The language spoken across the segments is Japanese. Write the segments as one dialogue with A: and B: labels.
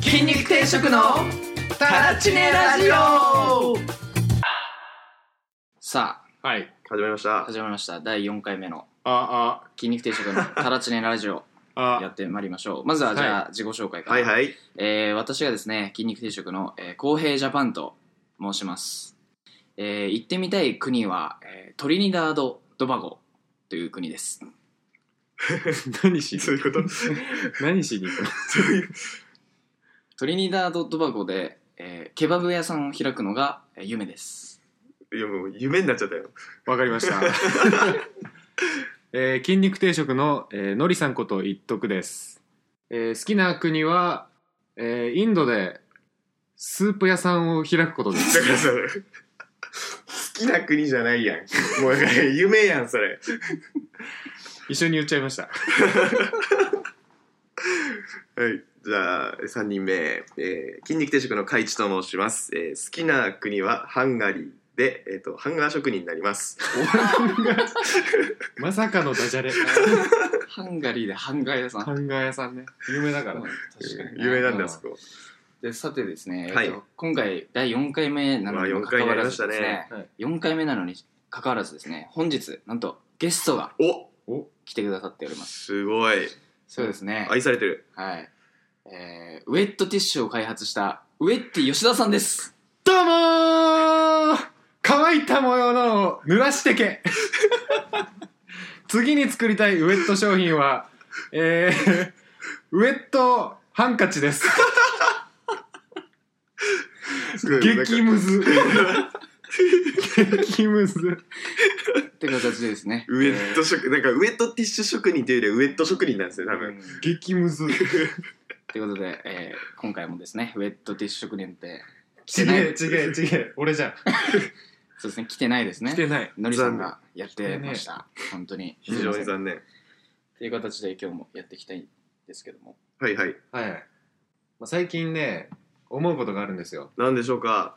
A: 定食のタラチネラジオさ
B: はい。
C: 始まりまし
A: あ
C: た。
A: 始まりました第4回目の
B: あ、
A: 筋肉定食のタラチネラジ オ
B: あ、あ、
A: やってまいりましょうまずはじゃあ自己紹介から、
C: はいはい。
A: えー私がですね筋肉定食のえー公平、ジャパンと申します、えー行ってみたい国は、えートリニダード・ドバゴという国です
B: 何しに
C: そういうこと
B: 何しに行くの
A: トリニダード・ドバゴで、えーケバブ屋さんを開くのがえー夢です
C: いやもう夢になっちゃったよ。
B: わかりました。 えー筋肉定食の、えーのりさんこと一徳です。えー好きな国は、えーインドでスープ屋さんを開くことで
C: だ
B: す。
C: からさ、好きな国じゃないやん。もうだから夢やん、それ。
B: 一緒に言っちゃいました。
C: はい。じゃあ、3人目、えー筋肉定食の海地と申します。えー好きな国はハンガリーで、えっ、と、ハンガー職人になります。
B: まさかのダジャ レ。
A: ハンガリーでハンガー屋さん
B: ハンガー屋さんね。有名だから。
A: 確かに
C: 夢なんだ、あそこ。
A: でさてですね、
C: はい
A: えっと今回第4回目なのに
C: うわ
A: もか
C: 4
A: か
C: 回に
A: わ
C: な
A: ら
C: りまし
A: ず
C: た
A: ですね
C: ね
B: はい
A: 4回目なのにかかわらずですね本日なんとゲストが
C: お
B: お、
A: 来てくださっております
C: すごい。
A: そうですね
C: 愛されてる。
A: はい、えーウェットティッシュを開発したウェッティ吉田さんです
B: どうもー乾いた模様のを濡らしてけ次に作りたいウェット商品は、えー、ウェットハンカチです。
C: すごい
B: 激
C: なんか
B: ムズ。激ムズ。
A: って形でですね
C: ウェット職、なんかウェットティッシュ職人というよりはウェット職人なんですね、多
A: う
C: 分。
A: ん
B: 激ムズ。
A: ということで、えー今回もですねウェットティッシュ職人って来
B: ち
A: てない
B: げえ、ちげえ、ちげえ。俺じゃん。
A: そうですね来てないです
B: 来
A: ね
B: てない。
A: のりさんがやってました本当に
C: 非常に残念。
A: という形で今日もやっていきたいんですけども
C: はいはい。
B: はい。まあ、最近ね、思うことがあるんですよ。
C: なんでしょうか。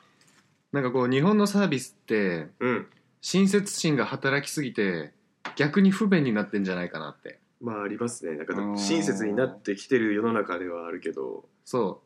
B: なんかこう、日本のサービスって、
C: うん。
B: 親切心が働きすぎて逆に不便になってんじゃないかなって
C: まあありますねなんか
A: あー
C: 親切になってきてる世の中ではあるけど
B: そ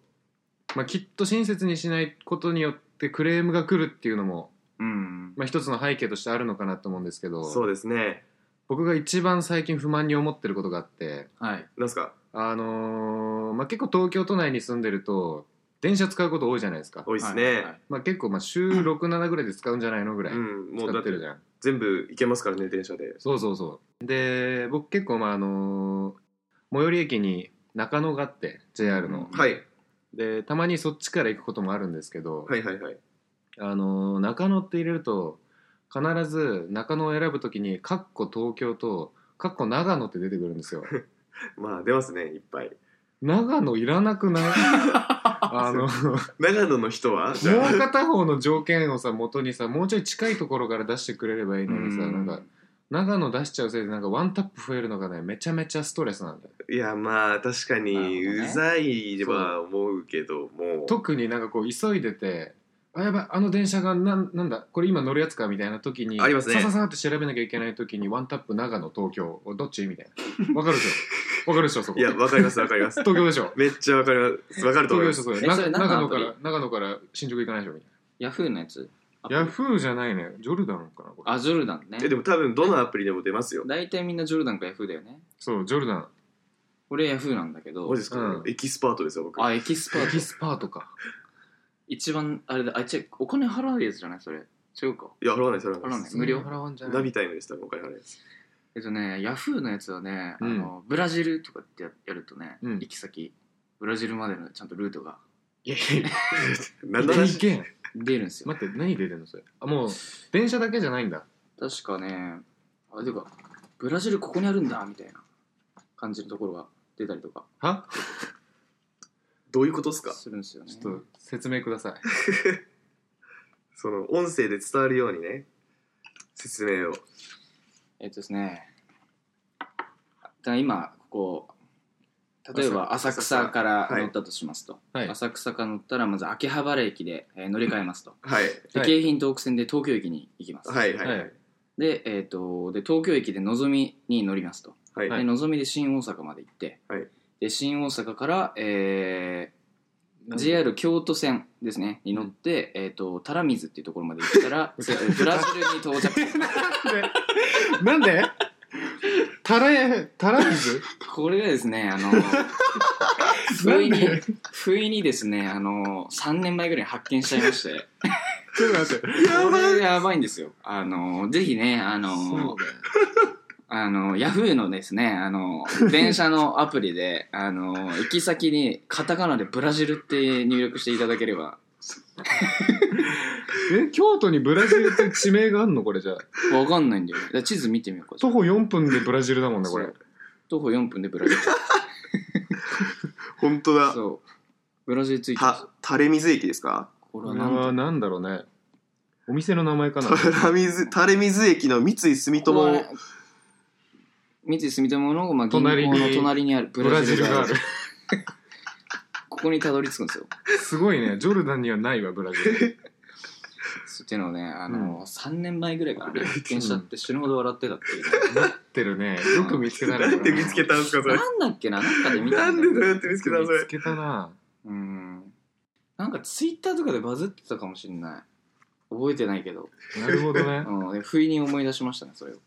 B: う、まあ、きっと親切にしないことによってクレームが来るっていうのも、
A: うん
B: まあ、一つの背景としてあるのかなと思うんですけど
C: そうですね
B: 僕が一番最近不満に思ってることがあって
A: はい
C: なんすか
B: あのーまあ、結構東京都内に住んでると電車使うこと多いじゃないですか、
C: 多いですね、
A: はいはいはい
B: まあ、結構まあ週67ぐらいで使うんじゃないのぐらいう使
C: んもうだ
B: っ
C: ってて
B: るじゃん
C: 全部行けますからね電車で
B: そうそうそうで僕結構まああのー最寄り駅に中野があって JR の、
A: うん
C: はい
B: でたまにそっちから行くこともあるんですけど、
C: はいはいはい
B: あのー中野って入れると必ず中野を選ぶときに「かっこ東京」と「かっこ長野」って出てくるんですよ
C: まあ出ますねいっぱい
B: 長野いらなくないあのも
C: 長野の人はじゃあ
B: う片方の条件をさ元にさもうちょい近いところから出してくれればいいのにさ
A: う
B: なんか長野出しちゃうせいでなんかワンタップ増えるのがねめちゃめちゃストレスなんだよ
C: いやまあ確か
A: なる
C: に
A: ほどね
C: うざいでは思うけども
B: 特になんかこう急いでてあやばいあの電車がなんなんだこれ今乗るやつかみたいな時に
C: ありますね
B: さささって調べなきゃいけない時にワンタップ長野東京どっちみたいな わかるでしょわかるでしょそこ
C: いやわかりますわかります
B: 東京でしょ
C: めっちゃわかりますわかると
B: 東
C: 思
B: 京
C: い
B: で
C: ま
B: しょ
C: す
B: それ
A: え
B: な
A: それ何の
B: 長野か
A: ア
B: ら長野から新宿行かないでしょみたい
A: ヤフーのやつ
B: なヤフーじゃないねジョルダンかなこれ
A: あジョルダンね
C: えでも多分どのアプリでも出ますよ
A: 大体みんなジョルダンかヤフーだよね
B: そうジョルダン
A: 俺ヤフーなんだけど
C: マジですか、
B: うん
C: エキスパートですよ僕
A: あエキスパ
B: エキ
A: ート
B: スパートか
A: 一番あれだあ違うお金払うやつじゃないそれ違うか
C: いや払わないです払わな
A: 払
C: いで
A: わ
C: す
A: 無料
B: 払わんじゃな
C: ナ
B: い
C: ビタイムでした今回払わないです
A: えっとねヤフーのやつはね、
B: うん
A: あのブラジルとかってややるとね、
B: うん
A: 行き先ブラジルまでのちゃんとルートが
B: いやいやいや
C: 何の
B: い
C: 話
B: けん
A: 出るんですよ、
B: 待って何出てんのそれあもう電車だけじゃないんだ
A: 確かねあていうかブラジルここにあるんだみたいな感じのところが出たりとか
B: は
C: どういうことですか
A: するんですよね
B: ちょっと説明ください
C: その音声で伝わるようにね説明を
A: えっとですねだから今ここ例えば
C: 浅
A: 浅
C: 草
A: 草から
C: はい
A: 乗ったとしますと、
B: はい
A: 浅草から乗ったらまず秋葉原駅で、えー乗り換えますと
C: はい
A: で
B: はい
A: 京浜東北線で東京駅に行きます、
C: はいはい
B: はい
A: で,、えー、とで東京駅でのぞみに乗りますと
C: はい
A: でのぞみで新大阪まで行って、
C: はい
A: で新大阪から、え JR 京都線ですねに乗って、えっと多良水っていうところまで行った らえーブラジルに到着
B: なんでなんでタラ、タラ水
A: これがですねあの
B: な
A: 不意
B: ん
A: に
B: で
A: 不意にですねあの3年前ぐらいに発見しちゃいまして
B: ちょっと待って。
A: これがやばいんですよあのぜひねあのあの、ヤフーのですね、あの、電車のアプリで、あの、行き先にカタカナでブラジルって入力していただければ、
B: え、京都にブラジルって地名があんのこれじゃあ。
A: わかんないんだよね。だから地図見てみようか。
B: 徒歩4分でブラジルだもんね、これ
A: そう。徒歩4分でブラジル。
C: 本当だ
A: そう。ブラジルついてます
C: た。垂水駅ですか
A: これ
B: こ
A: は
B: れ
A: なんだ
B: はなんだろうね。お店の名前かな。
C: 垂水垂水駅の三井住
A: こ
C: 友
A: れは三井住友の、まあ、銀行
B: 隣
A: の
B: に
A: 隣にあるブ
B: ブ
A: ラ
B: ラ
A: ジ
B: ジル
A: ルが
B: が
A: あ
B: あ
A: る
B: る。。
A: ここにたどり着くんですよ。
B: すごいね。ジョルダンにはないわ、ブラジル。
A: そうっていうのをね、あの、
B: う
A: 3年前ぐらいからね、 発見しちゃって死ぬほど笑ってたっていうね。
B: なってるね。よく見つけたね。
C: なんで見つけたんですかそれ
A: なんだっけな、なんかで見た
C: なんん
A: だ
C: で
A: けど
C: どうやって見つけたのそ
B: 見
C: れ
B: つけたな。
A: うん。なんかツイッターとかでバズってたかもしれない。覚えてないけど。
B: なるほど ね。
A: うん、不意に思い出しましたね、それを。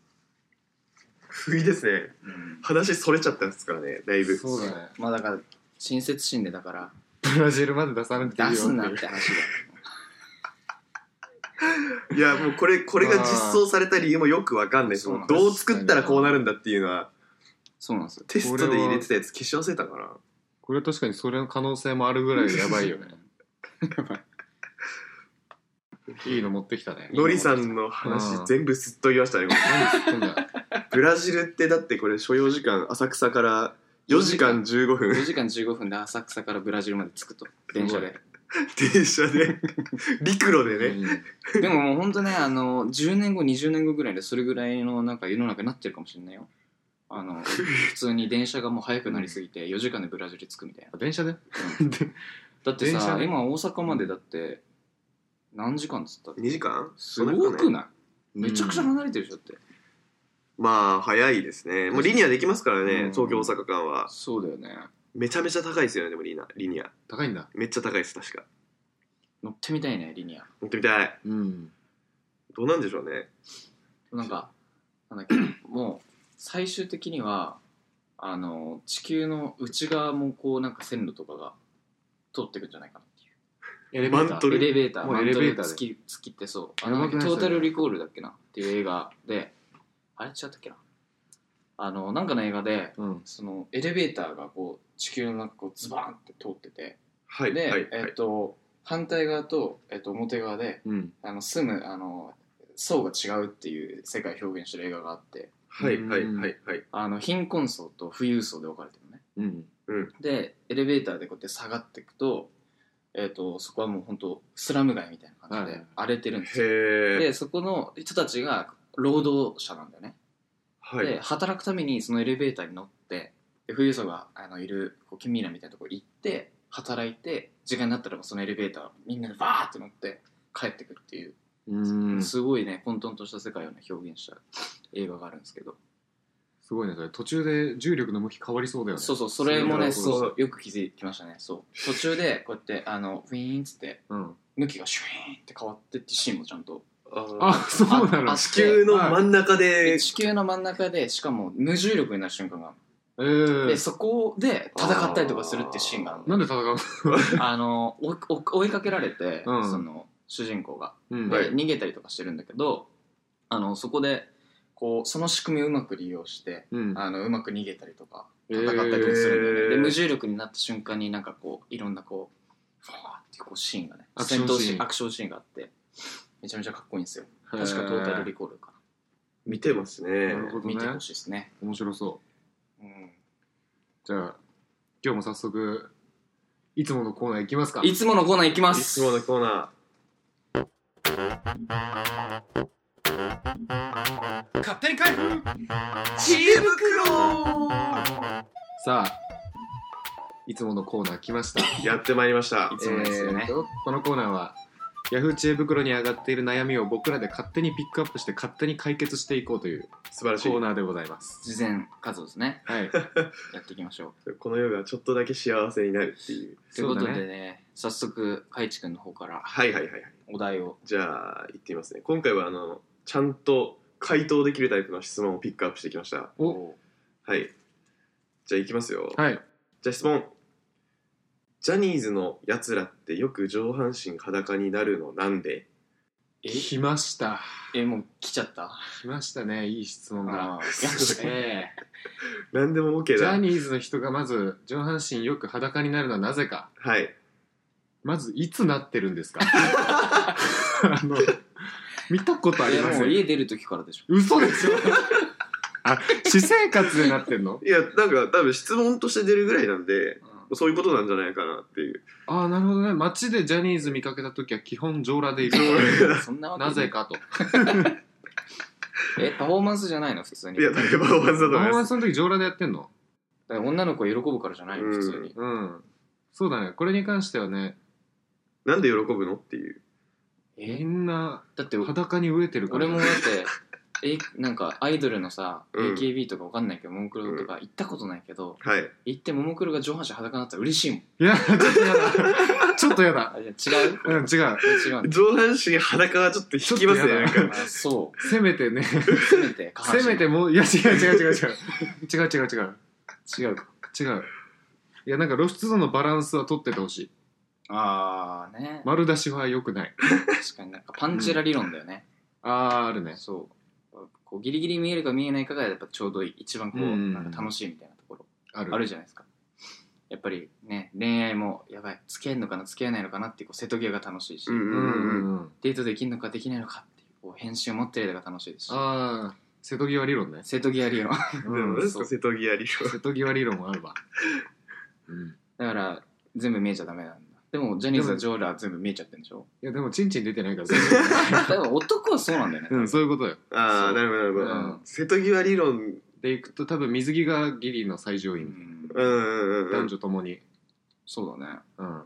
C: 不意ですね
A: うん、
C: 話それちゃったんですからねだいぶ
B: そうだね。
A: まあだから、親切心でだから、
B: ブラジルまで出さなくていいよっ
A: 出
B: て
A: すな
B: いう
A: って 話だよ。
C: いやもうこれこれが実装された理由もよくわかんないです
A: そうなんです
C: どう作ったらこうなるんだっていうのは
A: そう なんですよ。
C: テストで入れてたやつ消し忘れたかな
B: これは確かにそれの可能性もあるぐらいやばいよね。いいの持ってきたね。
C: ノリさんの話
B: うん
C: 全部すっと言いましたね
B: 何吸ってんだ
C: ブラジルってだってこれ所要時間浅草から4時間15分
A: 4時間15分で浅草からブラジルまで着くと、電車で。
C: 電車 で陸路でね
A: でももう本当ね、あの、10年後、20年後ぐらいでそれぐらいのなんか世の中になってるかもしれないよ。あの、普通に電車がもう早くなりすぎて、4時間でブラジル着くみたいな。
B: 電車で
A: だって
B: 電車
A: さ
B: で
A: 今大阪までだって何時間っつった
C: 2時間
A: すごく
C: い
A: ないめちゃくちゃ離れてるでしょって、
C: まあ早いですねもうリニアできますから
B: う
C: ね
B: ん
C: 東京大阪間は
A: そうだよね
C: めちゃめちゃ高いですよねでもリニアリニア
B: 高いんだ。
C: めっちゃ高いです確か
A: 乗ってみたいねリニア
C: 乗ってみたい
B: うん。
C: どうなんでしょうね
A: なんかなんだっけもう最終的にはあの地球の内側もこうなんか線路とかが通ってくんじゃないかなっていう
B: エレベ
C: マ
B: ータ
C: ン
B: ー
C: ト
A: エ
C: ル
A: レベーター
B: もう
A: マント
B: エレベーターで
A: 突き突きってそうあ
B: や
A: の
B: ば
A: ト
B: くないそれ
A: ータルリコールだっけなっていう映画であれ違ったっけなあのなんかの映画で
B: うん。
A: そのエレベーターがこう地球の中こうズバーンって通ってて
C: はいは
A: で、
C: いはい
A: えっと反対側と、えっと、表側で
B: うん。
A: あの住むあの層が違うっていう世界を表現してる映画があって
C: はいはいはいはい
A: あの貧困層と富裕層で分かれてるのね
B: うん。
A: でエレベーターでこうやって下がっていくと,、えっとそこはもう本当スラム街みたいな感じ
B: は
A: で
B: い
A: 荒れてるんですよ、
C: へえ
A: でそこの人たちが労働者なんだよね
C: はい
A: で働くためにそのエレベーターに乗ってで富裕層があのいるこうキミーナみたいなとこ行って働いて時間になったらもうそのエレベーターみんなでバーって乗って帰ってくるっていう、
B: うん。す
A: すごいね混沌とした世界を、ね、表現した映画があるんですけど、
B: ごいね、それ。途中で重力の向き変わりそうだよね。
A: そうそうそれもね
B: そ
A: そうう
C: だ
A: そうよく気づきましたねそう途中でこうやってあのウィーンっつって
B: うん。
A: 向きがシュイーンって変わってっていうシーンもちゃんと
B: あ、
C: あ
B: そうな
A: あ
B: の
A: あ。
C: 地球の真ん中で
A: で地球の真ん中でしかも無重力になる瞬間がある
B: え
A: ので
B: ー。
A: そこで戦ったりとかするっていうシーンがあるの
B: なんで戦うの
A: あの追い追い追いかけられて、
B: うん
A: その主人公が、
B: うん
A: で
C: はい
A: 逃げたりとかしてるんだけどあのそこでこうその仕組みをうまく利用して
B: うん。
A: あのうまく逃げたりとか
B: え
A: 戦
B: ー
A: ったりとかするんだよね、
C: へー
A: で無重力になった瞬間になんかこういろんなこうファーってこうシーンがね
B: アクシ
A: 戦
B: ョンシーン
A: 闘シーンアクションシーンがあってめちゃめちゃかっこいいんですよ確かトータルリコールか
C: 見てますね
B: なるほど
A: な、
B: ね
A: 見てほしいですね、
B: 面白そう。
A: うん
B: じゃあ、今日も早速、いつものコーナーいきますか。
A: いつものコーナーいきま
C: い
A: す
C: つものコーナ
B: 勝手に開封
C: ー知恵袋
B: さあ、いつものコーナー来ました。
C: やってまいりました
A: いつもですよね
B: えーとこのコーナーは、ヤフー知恵袋に上がっている悩みを僕らで勝手にピックアップして勝手に解決していこうという
C: 素晴らし
B: コー
C: い
B: ナーでございます。
A: 事前活動ですね
B: はい。
A: やっていきましょう
C: この世がちょっとだけ幸せになるっていう
A: ということ
B: そう
A: で
B: だ
A: ね、早速、かいちくんの方から
C: はいはいはいはい
A: お題を。
C: じゃあ行ってみますね今回はあのちゃんと回答できるタイプの質問をピックアップしてきました
B: お
C: はいじゃあ行きますよ、
B: はい
C: じゃあ質問ジャニーズのやつらってよく上半身裸になるのなんで
A: え
B: 来ました
A: え、もう来ちゃった。
B: 来ましたねいい質問が
A: あー
B: ええ
C: 何でも OK
B: ジ
C: だ
B: ャニーズの人がまず上半身よく裸になるのはなぜか
C: はい
B: まずいつなってるん ですかあの見たことあ
A: い
B: り
A: や
B: ま
A: も
B: せ
A: うん家出る時からでしょ。
B: 嘘でしょあ私生活でなってんの
C: いやなんか多分質問として出るぐらいなんでそういうことなんじゃないかなっていう
B: ああなるほどね街でジャニーズ見かけた時は基本上裸でいる
A: そんなわけ
B: なぜ。かと
A: え、パフォーマンスじゃないの普通に。
C: いや
A: だ
C: 大変パフォーマンスだと
B: パ
C: 思
B: フォ
C: い
B: ーマ
C: ま
B: ン
C: す
B: スの時上裸でやってんの
A: から女の子喜ぶからじゃないの普通に。
B: うんそうだねこれに関してはね
C: なんで喜ぶのっていう
B: み
A: え、
B: んな
A: だって
B: 裸に飢えてるから
A: 俺もだって、え、なんかアイドルのさ、
C: うん
A: AKB とかわかんないけど、ももクロとか行ったことないけど、
C: はい
A: 行ってももクロが上半身裸になったら嬉しいもん。
B: いやちょっとやだちょっとやだ
A: あ、いや違う
B: うん違う
A: 違 うんだ
C: 上半身裸はちょっと引きます
B: ちょっと
C: ね
B: や
C: なん
B: だ
C: か
A: あそう。
B: せめてね
A: せめて、下半身
B: せめて。もういや違う違う違う違う違う違う違う
A: 違うか。
B: 違ういやなんか露出度のバランスは取っててほしい
A: あーね。
B: 丸出しは良くない
A: 確かになんかパンチラ理論だよね。
B: あーあるね
A: そう。こうギリギリ見えるか見えないかがやっぱちょうどいい一番こう、
B: うん
A: なんか楽しいみたいなところ。
B: ある
A: あるじゃないですかやっぱりね恋愛もやばい付き合えるのかな付き合えないのかなっていうこう瀬戸際が楽しいし、
C: うん
B: う
C: うんん
B: う
C: うんうん
B: んうん
A: デートできるのかできないのかっていうこう返信を持ってるのが楽しいですし
B: ああ瀬戸際理論ね、
A: 瀬戸際理論
C: でもなんです
B: そう
C: か瀬戸際理論
B: 瀬戸際理論もあるわ、うん、い
A: だから全部見えちゃダメなんだでもジャニーズはジョーラー全部見えちゃってるんでしょ
B: やでもチンチン出てない から
A: だから男はそうなんだよね、
B: うんそういうことよ
C: ああなるほどなるほど、
B: うん
C: 瀬戸際理論
B: でいくと多分水着がギリの最上
A: う
B: 位、
A: ん
C: うんうんうんうん
B: 男女ともに
A: そうだね
B: うん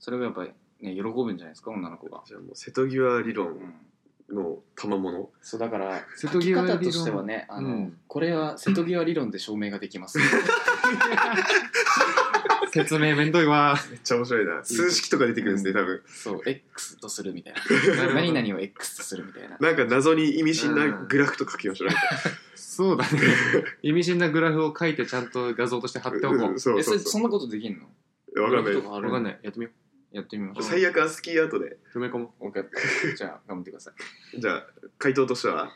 A: それがやっぱりね喜ぶんじゃないですか女の子が、
C: じゃあもう瀬戸際理
A: う
C: 論
A: ん、
C: の賜物
A: そうだから
B: 瀬
A: 書
B: 戸
A: き
B: 際理
A: 方
B: 論
A: としてはねあの、
B: うん
A: これは瀬戸際理論で証明ができます、
B: 説明めんどいわ
C: めっちゃ面白いな数式とか出てくるんですね多分
A: そう X とするみたいな
B: なるほど
A: 何々を X とするみたいな。
C: なんか謎に意味深なグラフとか書きましょう。
B: そう だね意味深なグラフを書いてちゃんと画像として貼っておこ
C: うんそう
A: え、そ
C: そう
A: れ
C: そ
A: そんなことできんの
C: う。わかんない。
A: い。
B: う
A: わ
B: わかん
A: い。
B: ないやってみよ
A: やってみま
B: う
A: しょう。
C: 最悪はスキーアートで。
B: う埋め込もう
A: 分かった。じゃあ、頑張ってください。
C: じゃあ、回答としては、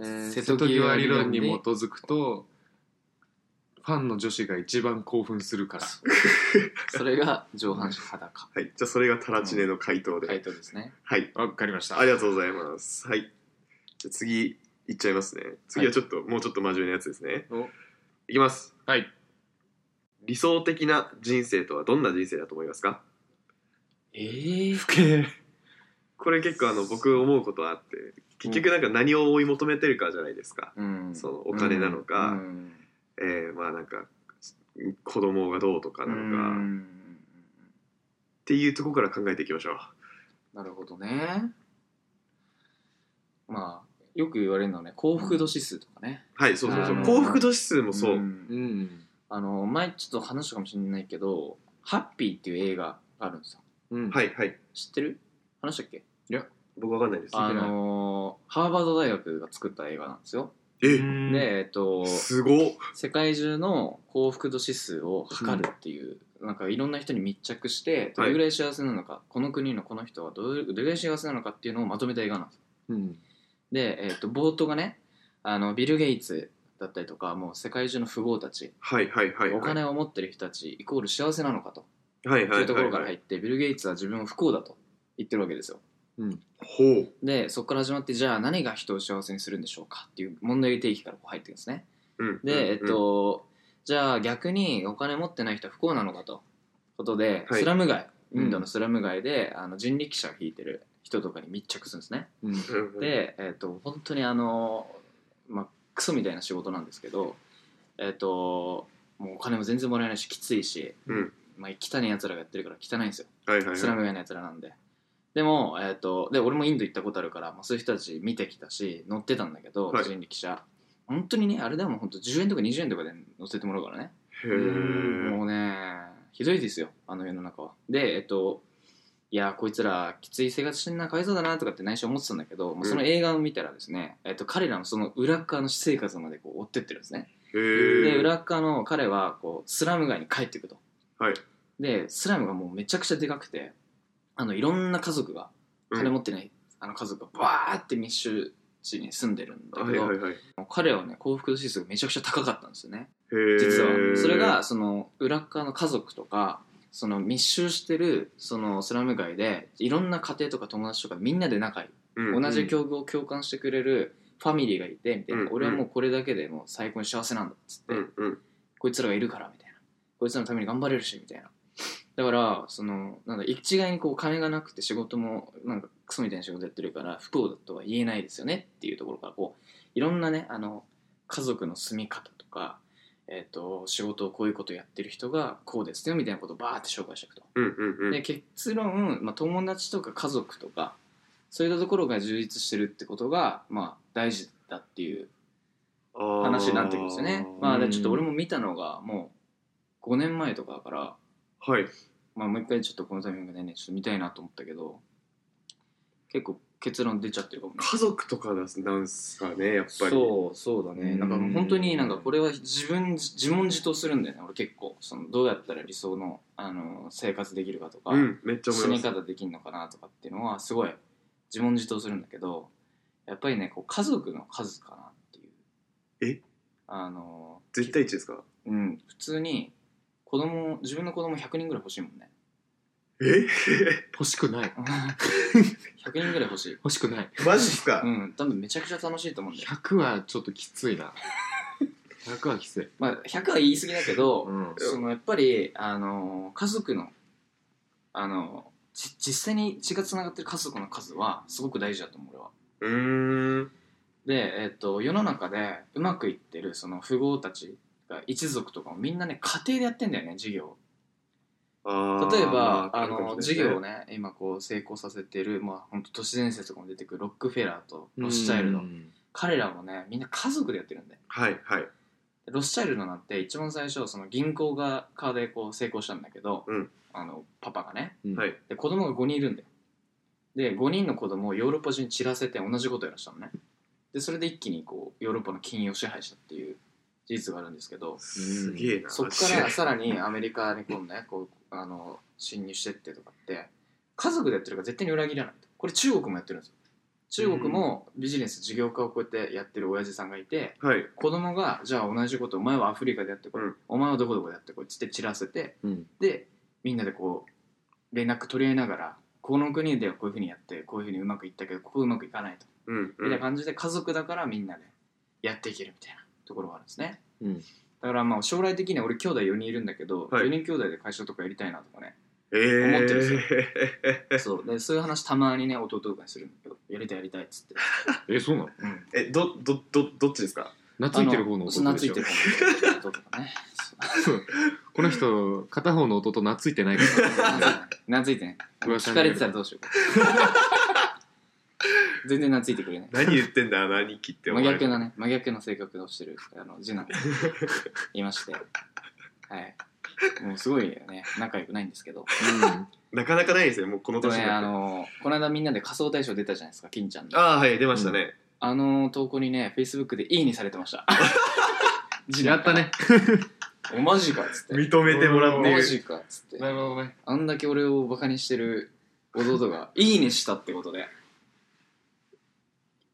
B: 瀬戸際理論に基づくとファンの女子が一番興奮するから
A: それが上半身 裸。
C: はい。じゃあ、それがタラチネの回答で。
A: 回答ですね。
C: はい。
B: わかりました
C: ありがとうございます。はい。じゃあ、次、いっちゃいますね。次はちょっと、もうちょっと真面目なやつですね。
B: お
C: いきます。
B: はい
C: 理想的な人生とはどんな人生だと思いますか
A: えー、
B: 不敬
C: これ結構、あの、僕思うことはあって、結局なんか何を追い求めてるかじゃないですか。
A: うん。
C: そのお金なのか
A: うん
C: えー、まあなんか、子供がどうとか
A: う
C: なのか。
A: ん。
C: っていうところから考えていきましょう
A: なるほどね。まあ、よく言われるのはね、幸福度指数とかね。
C: はいそうそうそ
A: あ
C: う
A: の
C: 幸福度指数もそ
A: ん
C: う、
B: うん
A: あの、前ちょっと話したかもしれないけど、ハッピーっていう映画があるんですよ。
B: うん
C: はいはい
A: 知ってる話したっけ
C: 僕わかんないです
B: 聞い
A: あ
B: てない
A: のーハーバード大学が作った映画なんですよ。
C: え
B: うん
A: で、えっと、
C: すごっ
A: 世界中の幸福度指数を測るっていう、なんかいろんな人に密着して、どれぐらい幸せなのか、この国のこの人はどれどれぐらい幸せなのかっていうのをまとめた映画なんです。
B: うん
A: で、えっと、冒頭がね、あのビル・ゲイツだったりとか、もう世界中の富豪たち、
C: はいはいはいはい
A: お金を持ってる人たち、イコール幸せなのかと
C: はい
A: い
C: はいう
A: ところから
C: は
A: 入
C: い
A: って、ビル・ゲイツは自分を不幸だと言ってるわけですよ。
C: ほう
A: でそこから始まってじゃあ何が人を幸せにするんでしょうかっていう問題提起からこう入ってるんですね
C: うん
A: で、え
C: うん
A: っとじゃあ逆にお金持ってない人は不幸なのかとことで、
C: はい
A: スラム街インド
B: うん
A: のスラム街で、あの人力車を引いてる人とかに密着するんですね、
B: うん
C: うん
A: で、えっと本当にあの、まあ、クソみたいな仕事なんですけどえっともうお金も全然もらえないしきついし、
C: うん
A: まあ、汚いやつらがやってるから汚いんですよ
C: はいはいはい
A: スラム街のやつらなんで。でも、えっ、と、で、俺もインド行ったことあるから、まあ、そういう人たち見てきたし、乗ってたんだけど、
C: はい
A: 人力車。本当にね、あれでも本当10円とか20円とかで乗せてもらうからね。
C: へー
A: もうね、ひどいですよあの世の中はでえっといやこいつらきつい生活してんなかわいそうだなとかって内心思ってたんだけど、まあ、その映画を見たらですね、えっと、彼らのその裏側の私生活までこう追ってってるんですね
C: へ
A: で
C: え。
A: 裏側の彼はこうスラム街に帰っていくと、
C: はい
A: でスラムがもうめちゃくちゃでかくてあのいろんな家族が
C: うん
A: 金持ってない、あの家族がバーって密集地に住んでるんだ
C: は
A: け
C: い
A: ど、
C: はいはい。へ
A: 彼はね幸福度指数がめちゃくちゃ高かったんですよね
C: え。
A: 実はそれがその裏っ側の家族とかその密集してるそのスラム街でいろんな家庭とか友達とかみんなで仲いい、
C: うん、
A: 同じ境遇を共感してくれるファミリーがいてみたいな、
C: うん
A: 俺はもうこれだけでもう最高に幸せなんだっつって、
C: うんうん。
A: こいつらがいるからみたいなこいつらのために頑張れるしみたいなだからそのなんだ一概にこう金がなくて仕事もなんかクソみたいな仕事やってるから不幸だとは言えないですよねっていうところからこういろんなねあの家族の住み方とか、えー、と仕事をこういうことやってる人がこうですよみたいなことをバーって紹介していくと、
C: うんうんうん。
A: で結論、まあ、友達とか家族とかそういったところが充実してるってことが、まあ、大事だっていう話になってくるんですよね
C: あー
A: まあでちょっと俺も見たのがもう5年前とかだから、
C: はい。
A: まあ、もう一回ちょっとこのタイミングでねちょっと見たいなと思ったけど結構結論出ちゃってるかもね
C: 家族とかなんですかね、やっぱり。
A: そうそうだねなんか
C: うん
A: 本当になんかこれは自分自問自答するんだよね俺結構そのどうやったら理想のあの生活できるかとか、
C: うん、めっちゃ思
A: 死
C: いま
A: に
C: す。
A: 方できるのかなとかっていうのはすごい自問自答するんだけどやっぱりねこう家族の数かなっていう
C: え
A: あの
C: 絶対一ですか
A: うん、普通に子供自分の子供100人ぐらい欲しいもんね
C: え
B: 欲しくない
A: 100人ぐらい欲しい
B: 欲しくない
C: マジっすか、
A: うん多分めちゃくちゃ楽しいと思うんだよ、
B: 100はちょっときついな100はきつい、
A: まあ、100は言い過ぎだけど、
B: うん、
A: そのやっぱり、あの家族の、あのじ実際に血がつながってる家族の数はすごく大事だと思う俺は
C: うーん。
A: で、えっと世の中でうまくいってるその富豪たちが一族とかもみんなね家庭でやってんだよね事業を
C: あー
A: 例えばあ
C: るか
A: の
C: もし
A: 事
C: れない
A: 業をね今こう成功させてるまあ本当都市伝説とかも出てくるロックフェラーとロスチャイルド
B: うん
A: 彼らもねみんな家族でやってるんで
C: はいはい。
A: ロスチャイルドなんて一番最初その銀行がカーでこう成功したんだけど、
C: うん
A: あのパパがね
B: うん
C: はい
A: で子供が5人いるんだよで5人の子供をヨーロッパ中に散らせて同じことやらしたのねでそれで一気にこうヨーロッパの金融を支配したっていう事実があるんですけど
C: すげえな。
A: そこからさらにアメリカに今度ねこうあの侵入してってとかって家族でやってるから絶対に裏切らないとこれ中国もやってるんですよ中国もビジネス事業家をこうやってやってる親父さんがいて
C: はい。
A: 子供がじゃあ同じことお前はアフリカでやってこい、
C: うん
A: お前はどこどこでやってこいっつって散らせて
B: うん
A: でみんなでこう連絡取り合いながらこの国ではこういうふうにやってこういうふうにうまくいったけどここうまくいかないと、
C: うん、う。
A: みたいなん感じで家族だからみんなでやっていけるみたいなところがあるんですね
B: うん
A: だからまあ将来的には俺兄弟4人いるんだけど、
C: はい
A: 4人兄弟で会社とかやりたいなとかね
C: えー、
A: 思ってるんですよ
C: す
A: そうでそういう話たまにね弟とかにするんだけどやりたいやりたいっつって、
B: えそうなの
A: うん、
C: え、ど、ど、ど、どっちですか
B: 懐いてる方の
A: そう
B: 弟でしょ
A: 懐いてる方の弟とかね
B: そうこの人片方の弟懐いてないから
A: 懐いてね
B: 噂
A: 聞
B: に
A: か
B: よる
A: れてたらどうしようか全然懐いてくれない
C: 何言って んだ、兄貴って
A: 真
C: 思われ
A: 逆
C: る。
A: なね真逆の性格をしてるあの 次男がいましてはいもうすごいね仲良くないんですけど
C: なかなかないですね、もうこの
A: でも
C: 年に
A: ね
C: な
A: あ
C: って。
A: のこの間みんなで仮装大賞出たじゃないですか金ちゃんのあ
C: ああー、はい、出ましたね。
A: の投稿にねフェイスブックで「いい」にされてました
B: うん、やったね
A: おマジかっつって
C: 認めてもらって
A: マ
C: る。
A: ジかっつって
B: なるほどね
A: あんだけ俺をバカにしてる 弟が「いいね」したってことで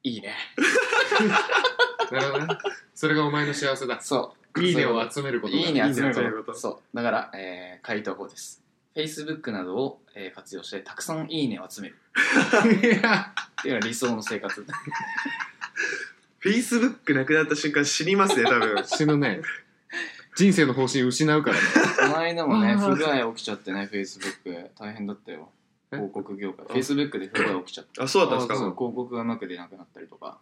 A: いいね
B: なるほどねそれがお前の幸せだ
A: そう
B: いいねを集めることだ
A: いいね集める
C: いいね集める
A: こ
C: こと
A: とそうだから、えー、回答法です Facebook などを、えー活用してたくさんいいねを集める
B: いや。
A: っていうのは理想の生活
C: Facebook なくなった瞬間死にますね、多分
B: 死ぬね人生の方針失うからね
A: この間もね
B: あー
A: 不具合起きちゃってね Facebook 大変だったよ
B: え
A: 広告業界 Facebook で不具合起きちゃった
C: あ、そうだったん
A: そ
C: で
A: う
C: す
A: そう
C: か
A: 広告がうまく出なくなったりとか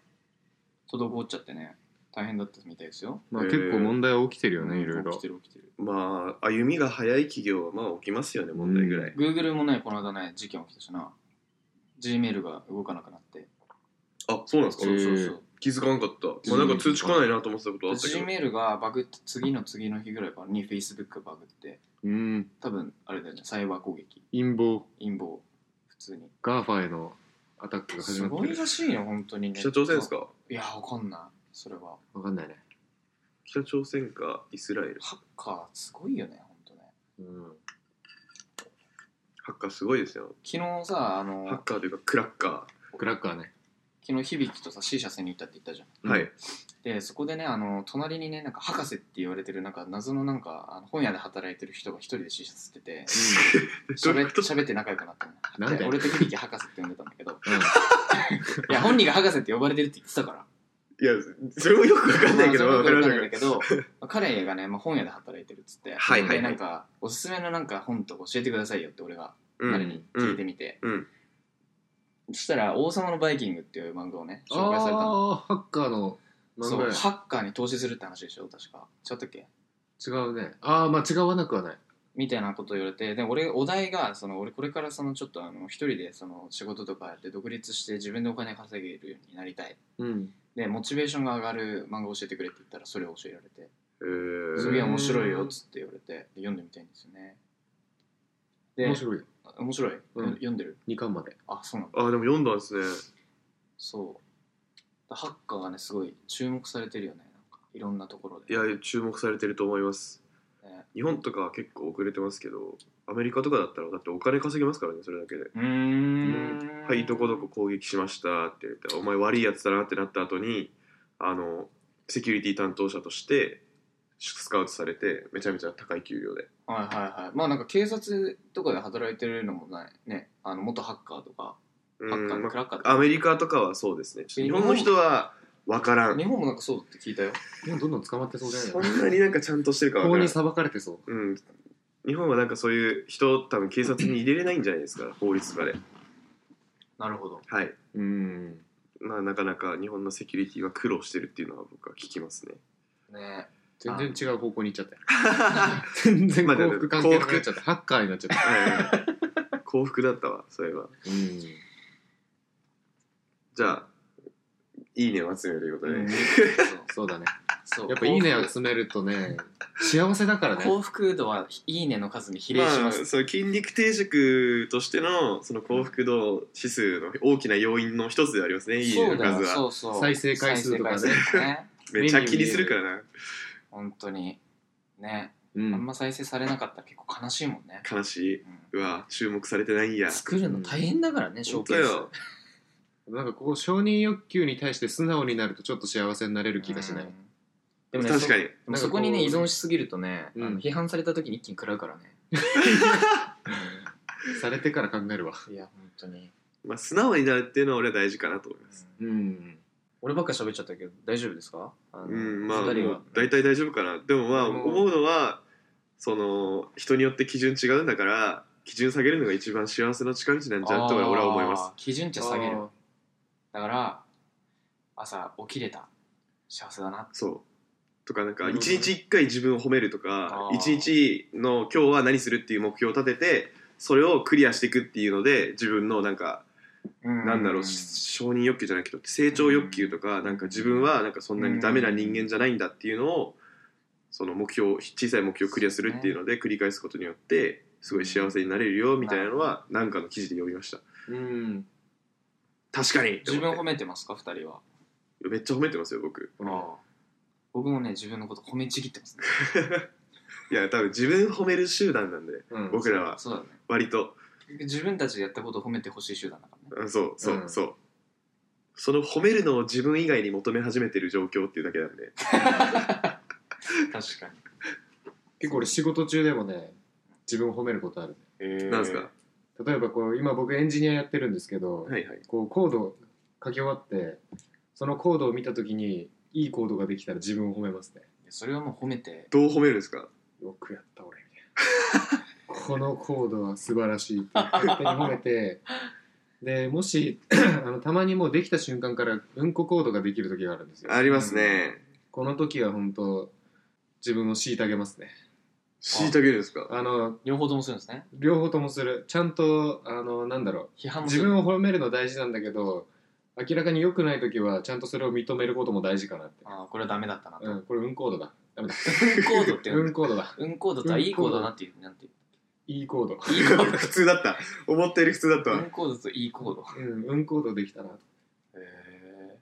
A: 滞っちゃってね大変だったみたいですよ
B: まあ結構問題は起きてるよねいろい
A: 起
B: ろ
A: きてる起きてる
C: まあ、歩みが早い企業は、まあ、起きますよね、問題ぐらい。
A: Google もねこの間ね事件起きたしな Gmail が動かなくなって
C: あ、そうなんですか
A: そうそうそう
C: 気づかんかった。まあ、なんか通知来ないなと思ってたことあったけど。
A: Gmail がバグって次の次の日ぐらいからに Facebook バグって
B: うん
A: 多分あれだよねサイバー攻撃
B: 陰謀
A: 陰謀普通に
B: ガーファへのアタックが始
A: す
B: まっ
A: ご
B: て
A: い
B: る
A: らしいよ本当にね
C: 北朝鮮ですか
A: いやわかんないそれは
B: わかんないね
C: 北朝鮮かイスラエル。
A: ハッカーすごいよね本当ね
B: うん
C: ハッカーすごいですよ。
A: 昨日さあ
C: ハッ
A: の
C: カーというかクラッカ
B: クラッカー ね
A: 昨日響とさ C 社線に行ったって言ったじゃん
C: ー。はい。
A: でそこでねあの隣にねなんか博士って言われてるなんか謎のなんかあの本屋で働いてる人が一人で C 社吸ってて
C: どうい
A: 喋
C: う
A: っ
C: こと
A: 喋って仲良くなったの
B: なんで
A: で俺と響博士って呼んでたんだけ ど
B: うん
A: いや本人が博士って呼ばれてるって言ってたから
C: いや、それもよくわかんないけど、
A: まあ
C: わ
A: そ
C: か
A: う
C: り
A: いうことわかん
C: ました
A: ないんだ
C: けど。
A: けど、まあ彼がね、まあ、本屋で働いてるっつって、
C: はい
B: はいはい
A: でなんかおすすめのなんか本とか教えてくださいよって俺が
C: うん
A: 彼に聞いてみて、
C: うんうん
A: そしたら「王様のバイキング」っていう漫画をね
B: あ
A: 紹介されたの
B: あーハッカーの漫
A: そう
B: 画
A: ハッカーに投資するって話でしょ確か違ったっけ
B: や違うねああまあ違わなくはない
A: みたいなこと言われてで俺お題がその俺これからそのちょっとあの一人でその仕事とかやって独立して自分でお金稼げるようになりたい
B: うん
A: でモチベーションが上がる漫画教えてくれって言ったらそれを教えられて
C: え
B: ー
A: す
C: ー
A: げえ面白いよっつって言われて読んでみたいんですよねで
B: 面白いよ
A: 面白い、
B: うん
A: 読んでる
B: 2巻まで
A: あそうなんだ
C: あ、でも読んだんですね。
A: そうハッカーがねすごい注目されてるよねなんかいろんなところ
C: い
A: で
C: や、注目されてると思います。
A: ね
C: 日本とかは結構遅れてますけど、アメリカとかだったら、だってお金稼げますからね、それだけで。
A: うーん
C: はい、どこどこ攻撃しましたって言って、お前悪いやつだなってなった後に、あの、セキュリティ担当者として、スカウトされて、めちゃめちゃ高い給料で。
A: はいはいはいまあなんか警察とかで働いてるのもないねあの元ハッカーとか
C: う
A: ハッカー
C: ん
A: クラッカーと
C: ア
A: か
C: メリカとかはそうですね。ちょっと日本の人は分からん
A: 日。本もなんかそうだって聞いたよ
B: もうどんどん捕まってそうだ
C: そ
B: よね
C: んなになんかちゃんとしてるか分か
B: 法
C: らん
B: に。裁かれてそう
C: うん。日本はなんかそういう人、多分警察に入れれないんじゃないですか、法律とかで。
A: なるほど
C: はい。
B: うん
C: まあ、なかなか日本のセキュリティは苦労してるっていうのは僕は聞きますね。
A: ね
B: 全然違う方向に行っちゃったよ 全然
C: まあで
B: 幸
C: も
B: 福関係なくなっちゃったハッカーになっちゃった
C: はい幸福だったわ、そういえば。
B: うん
C: じゃあ、いいねを集めるということ で。
A: そう
B: そうだね
A: そう
B: やっぱ「いいね」
A: 幸
B: を
A: 福
B: 集めるとね幸せだからね
A: 幸福度はいいねの数に比例します
C: あ、そう筋肉定食としてのその幸福度指数の大きな要因の一つではありますね、いいね
A: そう
C: の
A: だよ
C: 数は。
A: そうそう
B: 再生回数とかね
A: 再生回数ね
C: めっちゃ気にするからな。
A: 本当にね、
B: う
A: あん
B: ん
A: ま再生されなかったら結構悲しいもんね、
C: 悲しい。
A: うん
C: うわ、注目されてないんや。
A: 作るの大変だからね、ショー
C: 本
A: ケ
C: 当
A: ース
C: よ。
B: なんかこう承認欲求に対して素直になるとちょっと幸せになれる気がしな
A: う
B: い
A: んでもね
C: 確かに。
A: そそこにね依存しすぎるとね、
B: うん
A: あの批判された時に一気に食らうからね、
B: されてから考えるわ
A: いや本当に、
C: まあ、素直になるっていうのは俺は大事かなと思います。
B: うん
A: 俺ばっか喋っちゃったけど大丈夫ですかあの
C: うん、まあ、
A: 二人
C: も
A: は
C: う大体大丈夫かな。でもまあ、
A: あの
C: 思うのは、その、人によって基準違うんだから、基準下げるのが一番幸せの近道なんじゃんと俺は思います
A: あ。ー基準値下げる
B: あー
A: だから朝起きれた幸せだな
C: そう。とかなんか
B: なるほ
C: 一
B: どね
C: 日一回自分を褒めるとか
A: あー
C: 一日の今日は何するっていう目標を立ててそれをクリアしていくっていうので自分のなんかな
A: なん
C: だろう承認欲求じゃないけど成長欲求とかなんか自分はなんかそんなにダメな人間じゃないんだっていうのをその目標小さい目標をクリアするっていうので繰り返すことによってすごい幸せになれるよみたいなのはなんかの記事で読みました
B: うん
C: 確かに
A: 自分褒
C: め
A: めてますか二人は、
C: めっちゃ褒めてますよ僕
A: ああ僕もね自分のこと褒めちぎってますね
C: いや多分自分褒める集団なんで
B: うん
C: 僕らは
A: そうだね
C: 割と
A: 自分たちでやったことを褒めてほしい集団だからね
C: うんそうそう、
B: うん
C: そうその褒めるのを自分以外に求め始めてる状況っていうだけなんで
A: 確かに
B: 結構俺仕事中でもね自分を褒めることある
C: なんですか
B: 例えばこう今僕エンジニアやってるんですけど、
C: はいはい
B: こうコード書き終わってそのコードを見た時にいいコードができたら自分を褒めますね
A: それはもう褒めて
C: どう褒めるんですか
B: よくやった俺み たいなこのコードは素晴らしいって勝手に褒めてでもし あのたまにもうできた瞬間からうんこコードができる時があるんですよ
C: ありますね
B: この時は本当自分を虐げますね
C: 虐げるんですか
B: あの
A: 両方ともするんですね
B: 両方ともするちゃんとあのなんだろう
A: 批判もす
B: 自
A: る
B: 分を褒めるの大事なんだけど明らかに良くない時はちゃんとそれを認めることも大事かなって
A: ああ、これはダメだったなと。
B: う
A: うん
B: これ運コードだダ メだ
A: んコードって言う
B: 運
A: んだ。
B: コードだ
A: うんコードとはいいコードなっていう。なんていう。
B: いいコード
A: いいコー
C: 普通だった思ったより普通だった
A: ド。う
C: わ
A: んコードといいコード。
B: うん運コードできたな
A: へ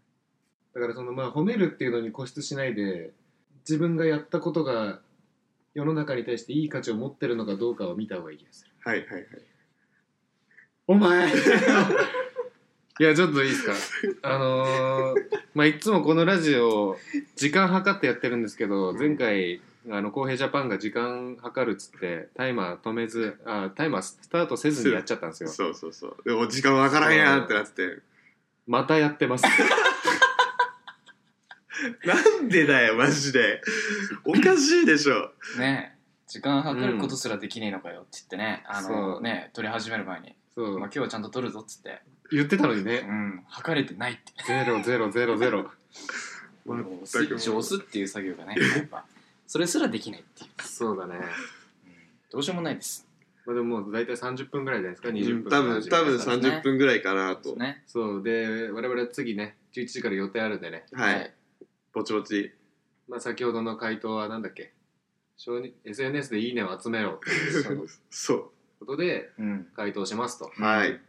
B: だからそのまあ褒めるっていうのに固執しないで自分がやったことが世の中に対していい価値を持ってるのかどうかを見た方がいい気がする
C: はいはいはい
B: お前 いやちょっといい ですかあのーまあいつもこのラジオ時間計ってやってるんですけど前回あの公平ジャパンが時間計るっつってタイマー止めずあタイマースタートせずにやっちゃったんですよ
C: そうそうそうでも時間わからんやんってなってて
B: またや ってます
C: なんでだよマジでおかしいでしょ
A: え。ねえ。時間計ることすらできねえのかよって言ってね、あ
B: そ
A: の
B: う
A: ね、撮り始める前に、
B: そ
A: まあ、
B: う
A: 今日はちゃんと撮るぞっつって、
B: 言ってたのに
A: う
B: ね
A: ん、測れてないって。
B: ゼロゼロゼロゼロ
C: 全く
A: もうスイッチを押すっていう作業がね、やっぱ、それすらできないっていう。
B: そうだね
A: うんどうしようもないです。ま
B: まあ、でももう大体30分ぐらいじゃないですか
C: う
B: 20
C: ん
B: 分
C: 多分多分30分ぐらいかなと、
A: ね。
B: そうで我々次ね11時から予定あるんでね、
C: はい。ぼちぼち
B: まあ、先ほどの回答はなんだっけ承認 SNS で「いいね」を集めろという
A: そう
C: そ
B: ことで
A: うん。
B: 回答しますと
C: うはい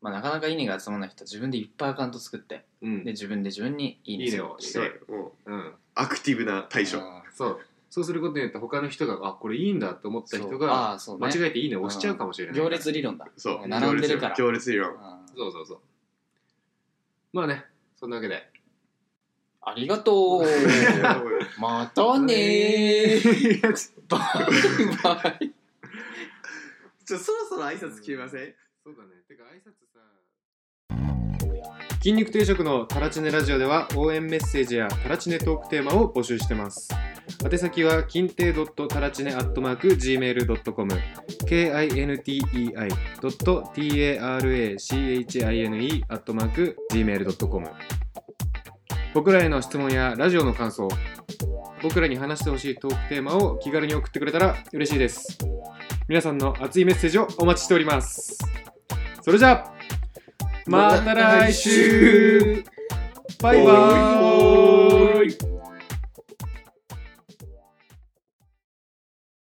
A: まあ、なかなかいいねが集まらない人は自分でいっぱいアカウント作って、
B: うん
A: で、自分で自分にいいねするって
B: い
A: い
B: いね
A: う
B: を
C: そ
B: し
C: うもう
B: うん
C: アクティブな対処
A: あー
B: そうそうすることによって他の人があこれいいんだと思った人
A: そう
B: が
A: あーそうね
B: 間違えて「いいね」を押しちゃうかもしれない
A: 行列理論だ
C: そう
A: 並んでるから
C: 行列理論
A: あー
B: そうそうそうまあねそんなわけで
A: あり がとうまたねー バイバイ
C: ちょそろそろ挨拶決めません
B: そうだね。てか挨拶さ。筋肉定食のタラチネラジオでは応援メッセージやタラチネトークテーマを募集してます。宛先は金亭ドットタラチネアットマーク gmail ドットコム k i n t e i ドット t a r a c h i n e アットマーク gmail ドットコム僕らへの質問やラジオの感想、僕らに話してほしいトークテーマを気軽に送ってくれたら嬉しいです。皆さんの熱いメッセージをお待ちしております。それじゃあ、また来週バイバーイ